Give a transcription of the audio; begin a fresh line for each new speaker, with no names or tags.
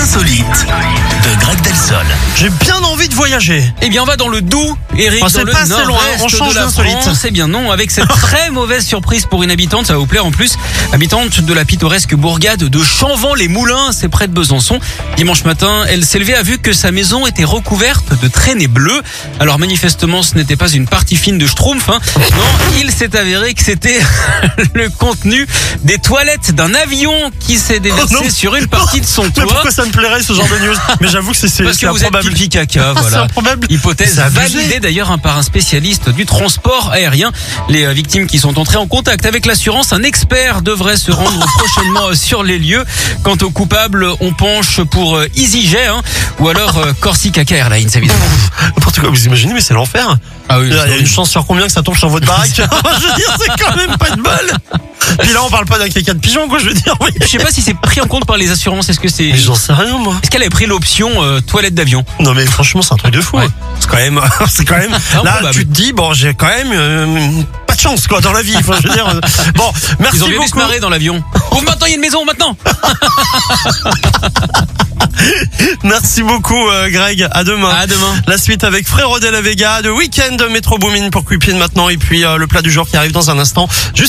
insolite de Greg Delsol.
J'ai bien envie de voyager.
Eh bien, on va dans le Doubs, Eric.
Oh,
dans
c'est
le
pas assez loin,
nord-est
on change
de la
d'insolite.
France. Eh bien non, avec cette très mauvaise surprise pour une habitante, ça va vous plaire en plus. Habitante de la pittoresque bourgade de Chanvant-les-Moulins, c'est près de Besançon. Dimanche matin, elle s'est levée, a vu que sa maison était recouverte de traînées bleues. Alors manifestement, ce n'était pas une partie fine de Schtroumpf. hein. Non, il s'est avéré que c'était le contenu des toilettes d'un avion qui s'est déversé
Oh non.
sur une partie de son
Mais
toit.
pourquoi ça me plairait ce genre de news Mais j'avoue que c'est c'est
Parce
c'est
que vous êtes
improbable.
pipi caca,
Ah, c'est
voilà.
improbable.
Hypothèse
C'est abusé.
validée d'ailleurs hein, par un spécialiste du transport aérien. Les euh, victimes qui sont entrées en contact avec l'assurance, un expert devrait se rendre prochainement euh, sur les lieux. Quant aux coupables, on penche pour euh, EasyJet hein, ou alors euh, Corsica Airlines évidemment.
N'importe quoi, vous imaginez, mais c'est l'enfer.
Ah oui,
Il y a une chance sur combien que ça tombe sur votre baraque Je veux dire, c'est quand même pas de bol. Puis là, on parle pas d'un caca de pigeon, quoi, je veux dire. oui.
Je sais pas si c'est pris en compte par les assurances. Est-ce que c'est
Mais
est-ce
j'en sais rien, moi.
qu'elle a pris l'option euh, toilette d'avion
Non, mais franchement, c'est un truc de fou.
Ouais.
C'est quand même, c'est quand même. Là,
Improbable.
tu te dis, bon, j'ai quand même euh, pas de chance, quoi, dans la vie. Enfin, je veux dire. euh, Bon, merci
Ils ont bien dû se
beaucoup.
marrer dans l'avion. Ouvre maintenant, il y a une maison maintenant.
Merci beaucoup, euh, Greg. À demain.
À demain.
La suite avec Frérot de la Vega, de Weekend Metro Boomin pour Quipin maintenant, et puis euh, le plat du jour qui arrive dans un instant. Juste